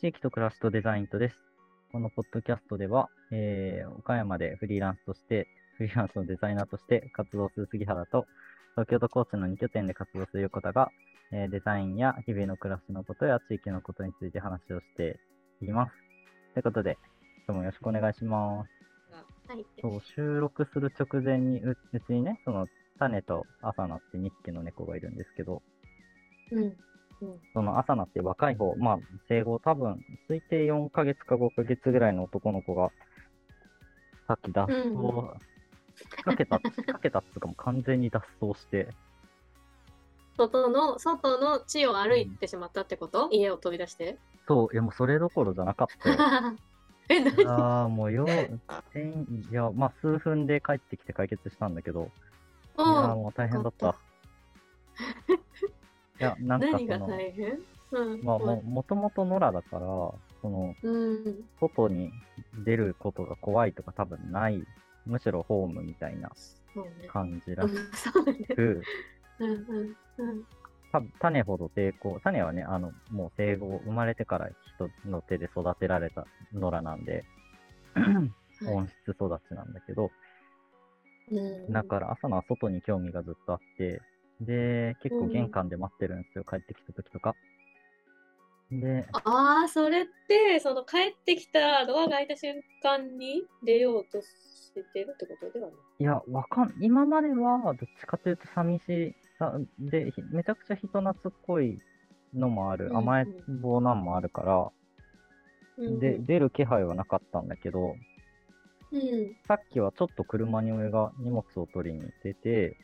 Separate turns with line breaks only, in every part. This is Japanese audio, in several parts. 地域と暮らしとデザインとです。このポッドキャストでは、えー岡山でフリーランスとして、フリーランスのデザイナーとして活動する杉原と、東京都高知の2拠点で活動する横田が、えーデザインや日々の暮らしのことや地域のことについて話をしています。ということで、今日もよろしくお願いします。
はい。
そう収録する直前にううちにねその種とアサナって2匹の猫がいるんですけど
うん。
そのアサナって若い方まあ生後多分推定4ヶ月か5ヶ月ぐらいの男の子がさっき脱走、
うんうん
かけたかけたっつうかもう完全に脱走して
外の、外の地を歩いてしまったってこと、家を飛び出して。
そういやもうそれどころじゃなかったよ
え、
い
何
やーもうよう全員いやまあ数分で帰ってきて解決したんだけどいやーもう大変だった
よ
いやなんか
何
そ
が
の
大変うん。
まあ、ももともと野良だから、その、
うん。
外に出ることが怖いとか多分ない、むしろホームみたいな
そうね。
感じ
う
らし
んそうね。
く、
うんうんうん。
多分種ほど抵抗、種はね、あの、もう生後、生まれてから人の手で育てられた野良なんで、
は
温室育ちなんだけど、
いうん
だから朝のは外に興味がずっとあって、で、結構玄関で待ってるんですよ、帰ってきた時とか。で、
ああ、それって、その帰ってきたドアが開いた瞬間に出ようとしてるってことではない。
いや、わかん、今までは、どっちかというと寂しさで、ひめちゃくちゃ人懐っこいのもあ
うん
る、
うん
甘えん坊なんもあるから、
うん
で、出る気配はなかったんだけど、
うん。
さっきはちょっと車に俺が荷物を取りに出て、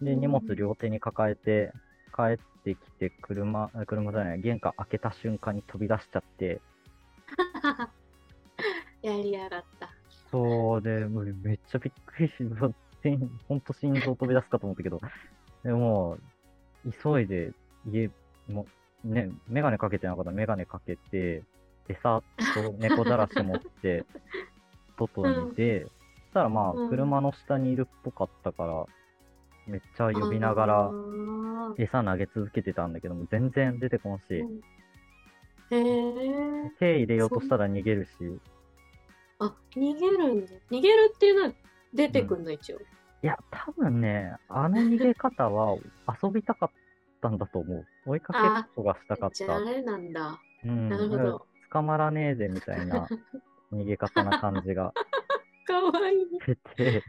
で、
うん
荷物両手に抱えて、帰ってきて、車、あ車じゃない、玄関開けた瞬間に飛び出しちゃって、
やりやがった。
そうで、もうめっちゃびっくりし、うわ心ほんと心臓飛び出すかと思ったけど、でもう、急いで家、もうね、メガネかけてなかったらメガネかけて、餌と猫じゃらし持って、外にいて、そしたらま
う
あ、
ん
車の下にいるっぽかったから、めっちゃ呼びながら
あ、ー
餌投げ続けてたんだけども、全然出てこんし、
うんへえ。
手入れようとしたら逃げるし、
あ、逃げるんだ。逃げるっていうのは出てくんの、一応。
いや、多分ね、あの逃げ方は遊びたかったんだと思う。追いかけっこがしたかっ
じ
た。
ゃああれなんだ。
うん、
なるほど。
捕まらねえぜみたいな逃げ方な感じが
かわいい。
出て、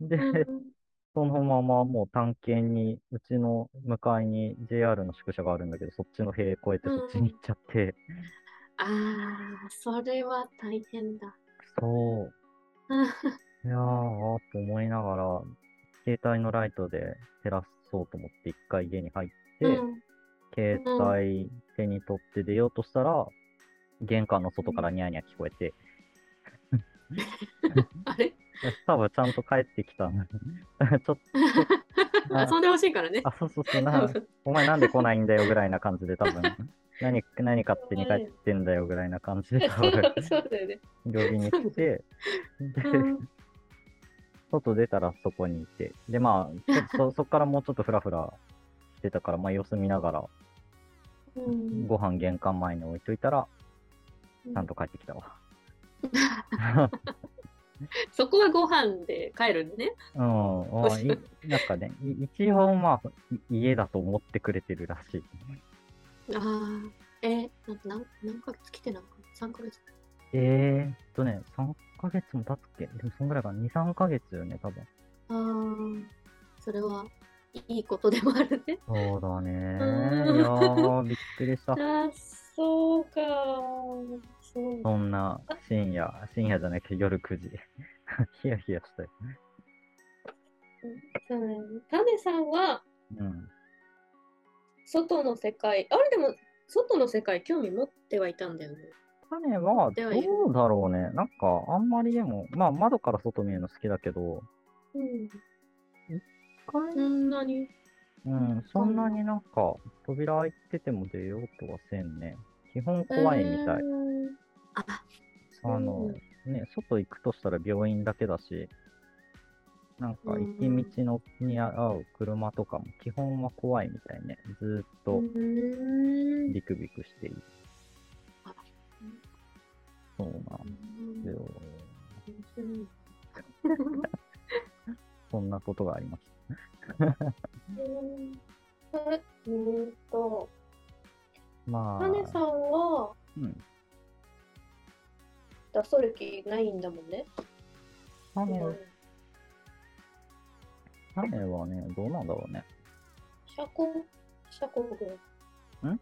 で、そのままもう探検に、うちの向かいに JR の宿舎があるんだけど、そっちの塀越えてそっちに行っちゃって、
ああ、それは大変だ。
そう、いやー、あーと思いながら、携帯のライトで照らそうと思って一回家に入って、
うん
携帯手に取って出ようとしたら、玄関の外からニャーニャー聞こえて、
あれ
多分ちゃんと帰ってきたんだ ちょっ あ
遊んでほしいからね
と、。あ、そうそうそう、なお前なんで来ないんだよぐらいな感じで多 分、何、何勝手に帰ってんだよぐらいな感じで多
そう
分、
そうだよね。
呼びに来て、で、
うん
外出たらそこにいて、で、まあ、ちょっと そそっからもうちょっとフラフラしてたから、まあ様子見ながら、
うん
ご飯玄関前に置いといたら、ちゃんと帰ってきた わ。
そこはご飯で帰るんね。
うん、あい なんかね、い一応まあ、い家だと思ってくれてるらしい。
ああ、えー、ななん何ヶ月来てなんか3ヶ月
えーっとね、3ヶ月も経つっけでもそんぐらいかな、2、3ヶ月よね、多分。
ああ、それはいいことでもあるね。
そうだね
ー
いやー、びっくりした。
あそうか。そう
そんな深夜、深夜じゃないけど夜9時。ヒヤヒヤしたよ。
そうだよね。タネさんは
うん。
外の世界、あれでも外の世界興味持ってはいたんだよね。
種は、
ではいる
どうだろうね。なんか、あんまりでも、まあ、窓から外見るの好きだけど、
うん。
一回
そんなに。
うん、そんなになんか、扉開いてても出ようとはせんね。基本怖いみたい。
うーん。あ、
あの、ね、外行くとしたら病院だけだし、なんか行き道のに合う車とかも基本は怖いみたいね。ずーっ
う
と
ーん。
ビクビクしている。
あ
ですよ。
うん
そんなことがありまし
えうんと、
た。ま
カネさ
あ、
んは
うん。
出そう歴ないんだもんね。
タネ、
社
タネはね、どうなんだろうね。
交社交ぐらい。
ん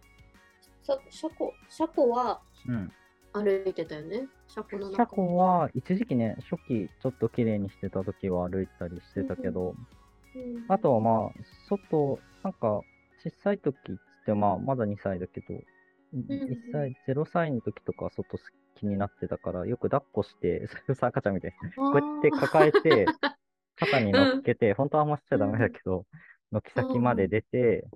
社社交社交は
うん。
歩いてたよね。車庫の中。
車庫は、一時期ね、初期ちょっと綺麗にしてた時は歩いたりしてたけど、
うん
あとはまあ、外、なんか、小さい時っつって、まあ、まだ2歳だけど、1歳、0歳の時とかは外好きになってたから、よく抱っこして、 それこそ赤ちゃんみたいに、こうやって抱え て、肩に乗っけて、本当はあんましちゃダメだけど、軒先まで出て、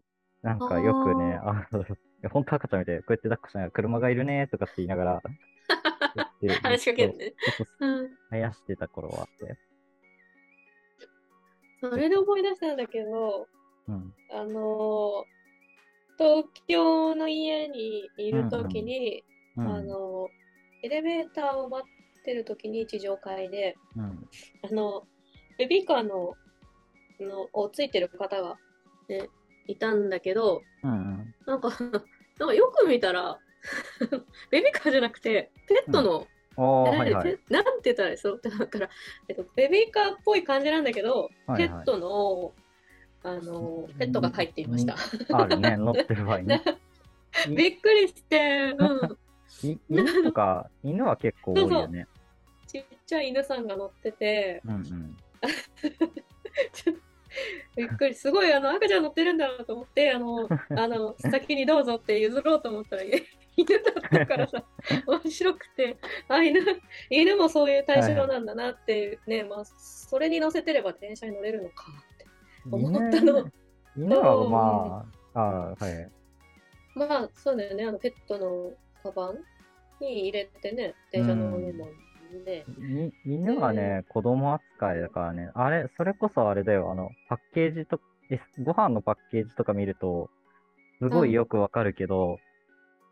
なんかよくね、あの、い や本当赤ちゃんみたいで、こうやって抱っこしながら、車がいるねとかって言いながら、やって
あー 話しかけるね。
そうそう
うん。
生やしてた頃はあって。
それで思い出したんだけど、
うん。
あのー東京の家にいるときに、
うん
あのーエレベーターを待ってるときに地上階で、
うん。
あの、ベビーカーの、のをついてる方が、ね、いたんだけど、
うん。
なんか、なんかよく見たら、 ベビーカーじゃなくて、ペットの、
ああ、
え
はい はい。
ペなんて言ったらいいそうだから、えっと、ベビーカーっぽい感じなんだけど、
はいはい
ペットの、あの、ペットが入っていました。
あるね、乗ってる場合ね。
びっくりして、うん、
い犬とか、犬は結構多いよね。
ちっちゃい犬さんが乗ってて、
うんうん。
びっくり、すごい、あの、赤ちゃん乗ってるんだなと思って、あの、あの、先にどうぞって譲ろうと思ったら、 い犬だったから さ、面白くて、あ、犬、犬もそういう対象なんだなっていうね、まあ、それに乗せてれば電車に乗れるのかって思ったの。
犬はまあ、ああ、はい。
まあ、そうだよね、あの、ペットのカバンに入れてね、電車乗るもんね。
い犬はね、子供扱いだからね、あれ、それこそあれだよ、あの、パッケージと、えご飯のパッケージとか見ると、すごいよくわかるけど、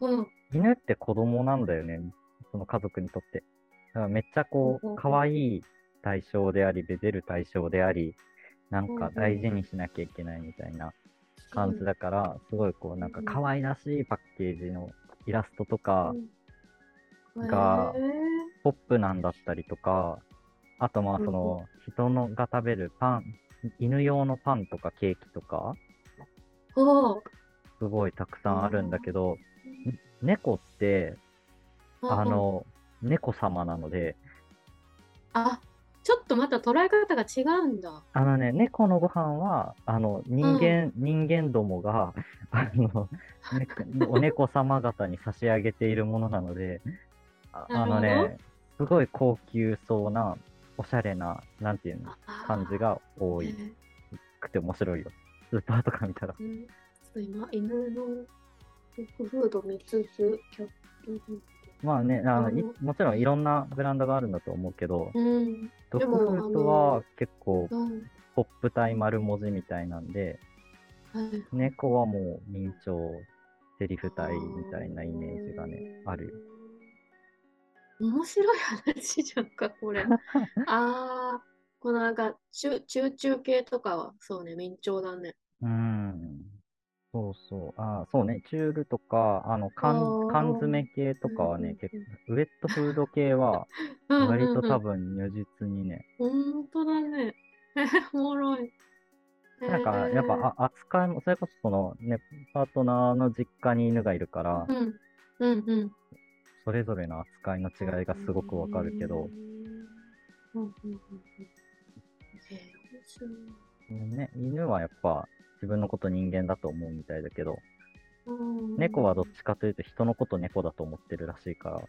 うん。
犬って子供なんだよね、その家族にとって。だからめっちゃこ
うんうん
う、可愛い対象であり、めでる対象であり、なんか大事にしなきゃいけないみたいな感じだから、すごいこう、なんか可愛らしいパッケージのイラストとか、が
へえ
ポップなんだったりとか、あとまあその人のが食べるパン、犬用のパンとかケーキとか、
あ
すごいたくさんあるんだけど、猫って、
あ
あ、の、猫様なので、
あ、ちょっとまた捉え方が違うんだ。
あのね、猫のご飯は、あの、人間、人間どもが、 あの、ねお猫様方に差し上げているものなので、ああの
なるほ
ね、すごい高級そうな、おしゃれな、なんていうの、感じが多い
へ。え
くて面白いよ。スーパーとか見たら。
うんちょっと今、犬のドッグフード見つつ、キャットフー
まあね、あのい
うん
もちろんいろんなブランドがあるんだと思うけど、
ド。うん。
ド
で
ッ
も
グフード
あ
は
の
結構
うん。
ポップ対丸文字みたいなんで、
はい。
猫はもう明朝、セリフ体みたいなイメージがね、あるよ。
面白い話じゃんか、これ。あー。このなんか中中中系とかはそうね明朝だね。
うん。そうそう。あそうね、チュールとか、あの、缶
あー
缶詰系とかはね、
うん
結
うんうん
構、ウェットフード系は、
うん
割と多
分。
分如実にね、
本当だね。 えおもろい。
なんか、やっぱ、あ扱いも、それこそその、ね、パートナーの実家に犬がいるから
え、ー、うんうんうん。
それぞれの扱いの違いがすごくわかるけど、
うんうんうんうん。えー面白い
ね、犬はやっぱ自分のこと人間だと思うみたいだけど、
うん
猫はどっちかというと人のこと猫だと思ってるらしいから、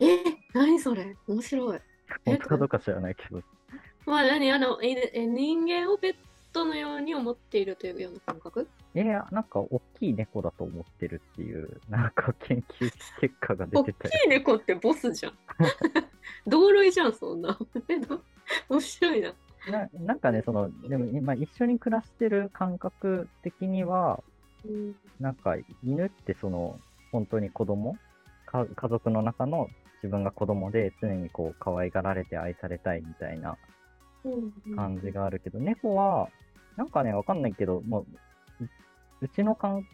え何それ面白い。え
本当かどうか知らないけど、
まあ何あのいえ人間をペットのように思っているというような感覚
いや、なんか大きい猫だと思ってるっていう、なんか研究結果が出
大き
て
い
て、
猫ってボス じゃん。同類じゃんそんな。 えど面白いな。
ななんかね、その、でも今一緒に暮らしてる感覚的には、
うん
なんか犬ってその本当に子供か家族の中の自分が子供で常にこう可愛がられて愛されたいみたいな
うんうん
感じがあるけど、猫は、なんかね、わかんないけど、もう、ううちの感、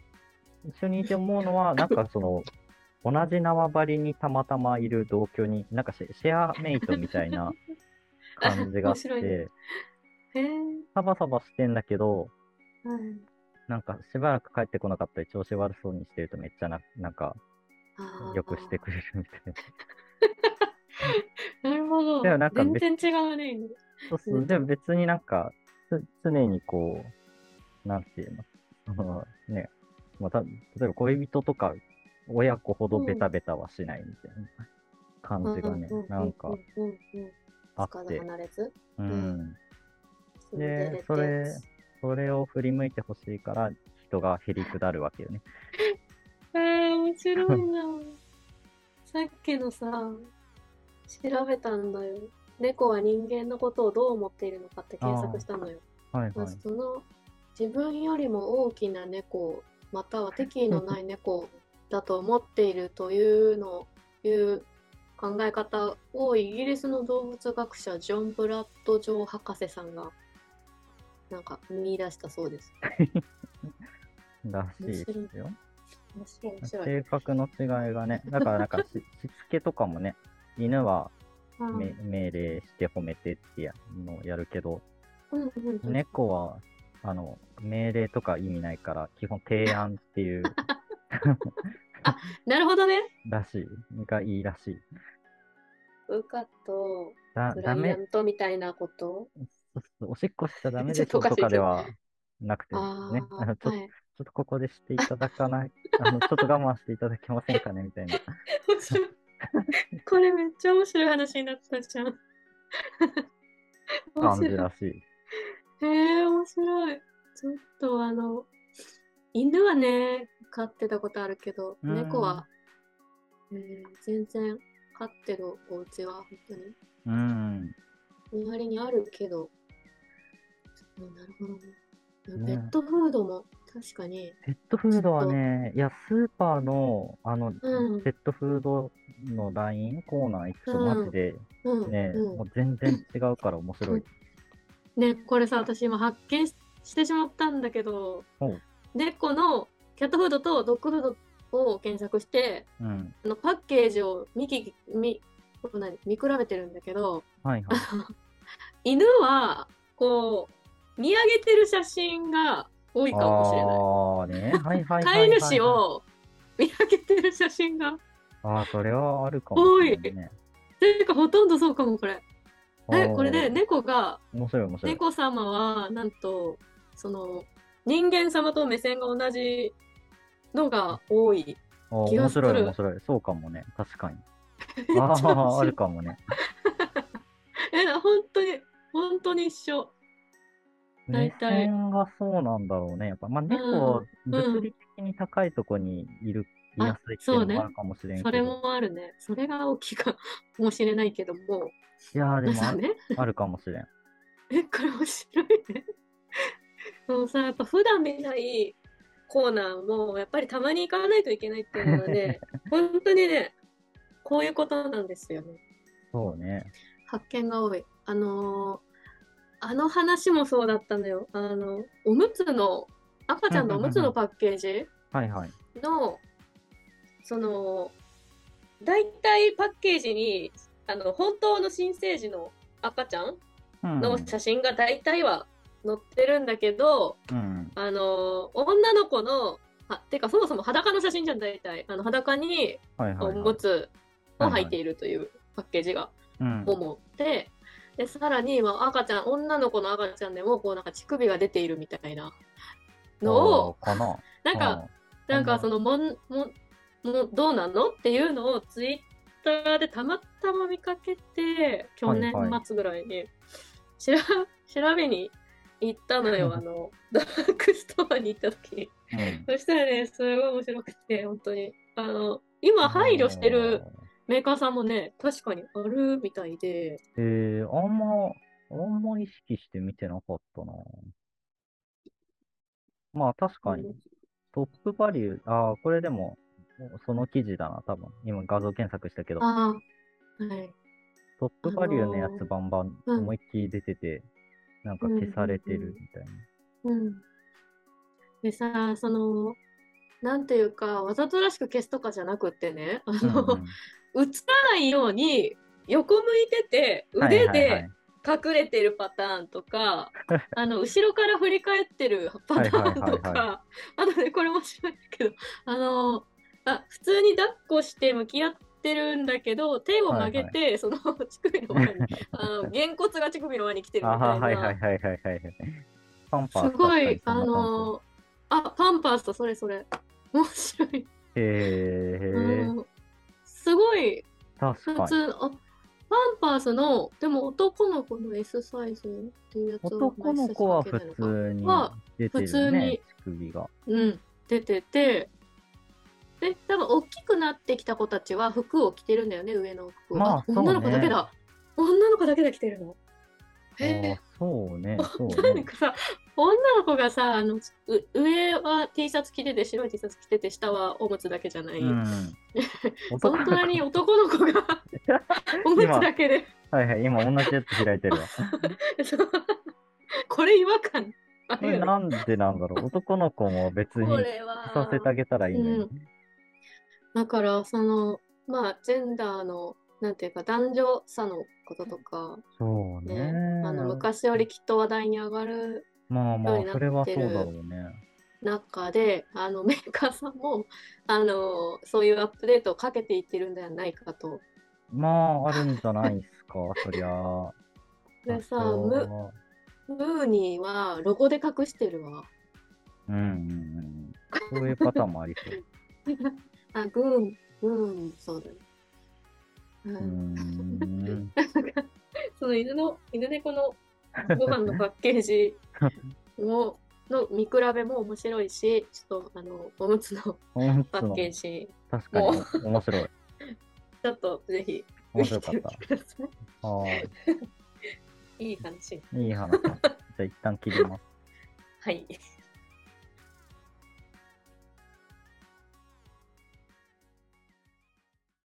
一緒にいて思うの は、なんかその、同じ縄張りにたまたまいる同居に、なんかシェシェアメイトみたい な感じがあっ
面白いね
て、
へえ、
サバサバしてんだけど、
はい。
なんかしばらく帰ってこなかったり、調子悪そうにしてるとめっちゃな、なんか、
あー
よくしてくれるみたいな。
なるほど。
でもなんか別
全然違うね。
そうそうう。
ん
でも別になんか、つ常にこう、なんていうの、そのね、まあ、た例えば恋人とか親子ほどベタベタはしないみたいな感じがね、
うんうんうんうん
なんか
うんうんうん
あっ
疲
て、
れ離れず。
う
離れ
ん。
すぐ出れて
それそれを振り向いてほしいから、人が減り下るわけよね。
あー面白いな。 さっきのさ、調べたんだよ。猫は人間のことをどう思っているのかって検索したのよ。
はい
まあ
はい。
その自分よりも大きな猫、または敵意のない猫だと思っているというの、いう考え方をイギリスの動物学者ジョン・ブラッド・ジョー博士さんがなんか見出したそうです。
らしいですよ。
面白い面白い。
性格の違いがね、だからなんかし しつけとかもね、犬は
うん
め命令して褒めてってやのをやるけど、
うんうんうん
猫は、あの、命令とか意味ないから、基本提案って いう
なるほどね。
らしい、がいいらしい。
ウカと
だ、
ブ
ダ
ライア
メ、
ントみたいなこと
そうそうおしっこしちゃダメ
ち
で
ょっ
す
とお
と
かしいけど
かではなくて
あ
ね、あのち
あ、
ょ
は
ち
い。
ょっとここでしていただかない、 あの、ちょっと我慢していただけませんかね、みたい な。
面白いこれめっちゃ面白い話になったじ ゃん。面
感じ
白い。
らしい。
へえ、面白い。ちょっとあの、犬はね、飼ってたことあるけど、
うん
猫は、うん、全然飼ってるお家は本当に
うん。
周りにあるけど、うんなるほどね。
ね
ペットフードも確かに、
ペットフードはね、いや、スーパーの、あの、
うん
ペットフードのラインコーナー行くと、マジで、
うん、
ね、
うん
もう全然違うから面白い。
ねこれさ私今発見ししてしまったんだけど
うん
猫のキャットフードとドッグフードを検索して
うん。
あのパッケージを見き見何見比べてるんだけど
はいはい。
犬はこう見上げてる写真が多いかもしれ
あ
ない。
あーね、はいはいはい
飼
はいいはい。
主。を見上げてる写真が。
ああ、それはあるかもしれないね。
ていうかほとんどそうかもこれ。で
おー
これで。猫が
面白い面白い。
猫様はなんとその人間様と目線が同じのが多い
あー
気が
面
する
白い面白い。そうかもね。確かに。あ
面白い
あ、あるかもね。
え本当に本当に一緒
目
大体
線がそうなんだろうね。やっぱ、まあ、猫は物理的に高いとこにいる、い
あ
やすいっていう
そう
の
ね
もあるかもしれん
そ
け
れ
ど。
もあるねそれが大きいかもしれないけども
いやーでも
さ
あ、
ね
あるかもしれん。
えこれ面白いね そのさやっぱ普段見ないコーナーもやっぱりたまに行かないといけないっていうの で本当にねこういうことなんですよね
そうね。
発見が多い。あのーあの話もそうだったんだよ。あの、おむつの、赤ちゃんのおむつのパッケージ
はいはい。
の、その、大体パッケージに、あの、本当の新生児の赤ちゃん
うん。
の写真が大体は載ってるんだけど、
うん。
あのー女の子の、あてかそもそも裸の写真じゃん、大体。あの、裸に
はいは
お
い、は
む
い。
つを履いているというパッケージが
うん。
思ってでさらに、まあ、赤ちゃん女の子の赤ちゃんでもこうなんか乳首が出ているみたいなのを
あーかな。
なんかなんかそのもんもんもんどうなのっていうのをツイッターでたまたま見かけて去年
はいは
末ぐらいにしら調べに行ったのよあのダークストアに行った時に
うん。うん
そしたらねすごい面白くて本当にあの今配慮してる。メーカーさんもね確かにあるみたいで。
えー、あんま、あんま意識して見てなかったな。まあ確かに、トップバリュー、ああ、これでも、その記事だな、多分。今画像検索したけど、
あはい。
トップバリューのやつバンバン
うん
思いっきり出てて、なんか消されてるみたいな。
うん。でさ、その、なんていうか、わざとらしく消すとかじゃなくってね、あ
うんうん
の、映らないように横向いてて、 腕
はいはい
で隠れてるパターン とか、あの、後ろから振り返ってるパターンと
はいはいはい
か、 あとね、これ面白いんだけど、あの、あ、普通に抱っこして向き合ってるんだけど、手を曲げて、その、乳首の
はい
前に、あ の、げんこつが乳首の前に来てるみ
あ
たいな。
ははいはいはいはいはい。パンパース
す
だっ
ご
たり
い、
そん
あ
な感じ
のーあ、パンパースとそれそれ。面白い。
へ
あ
え、
のすごい、
確
普
かに。
通、あ、パンパースの、でも男の子の S サイズっていうやつは
男の子は普
S サイズだけな
通
のか
に
は
出て
普通
るね
に、
乳首が。
うん、出てて、で、多分大きくなってきた子たちは服を着てるんだよね、上の服を。
まあそうね
女の子だけだ。女の子だけだ着てるの。へえ
ああ、そうね、そう
な
ね
ん。かさ、女の子がさ、あのう上は T シャツ着てて、白い T シャツ着てて、下はおむつだけじゃない。
うん。男
その
の子
隣に男の子がおむつだけで、
はいはい、今同じやつ開いて るわ。
そうこれ違和感あ
こ
る
れ
よね。
なんでなんだろう。男の子も別に
これは
させてあげたらいいのに。
だからそのまあジェンダーのなんていうか男女差のこととか
そう
ね
ね。
あの昔よりきっと話題に上がる
まあまあ
よ、
そうれ
にな
は
っ
そ
て
う
る
だろうね。
中であのメーカーさんもあのそういうアップデートをかけていってるんではないかと。
まあ、あるんじゃないです か、そりゃあ。
でさ
あと
ムムーニーはロゴで隠してるわ。
うんうんうん。そういうパターンもあり そう。
あグーングーンそうだね。うん
うーん。
その犬の犬猫のご飯のパッケージもの見比べも面白いし、ちょっとあのおむつの
本
パ
当
ッ
の
ケージ、
確かに面白い。
ちょっとぜひ
面
見て
白
み
か
て
った。
くださ
あ
い。いい話。
あ、いい話だ。じゃあ一旦切ります。
はい。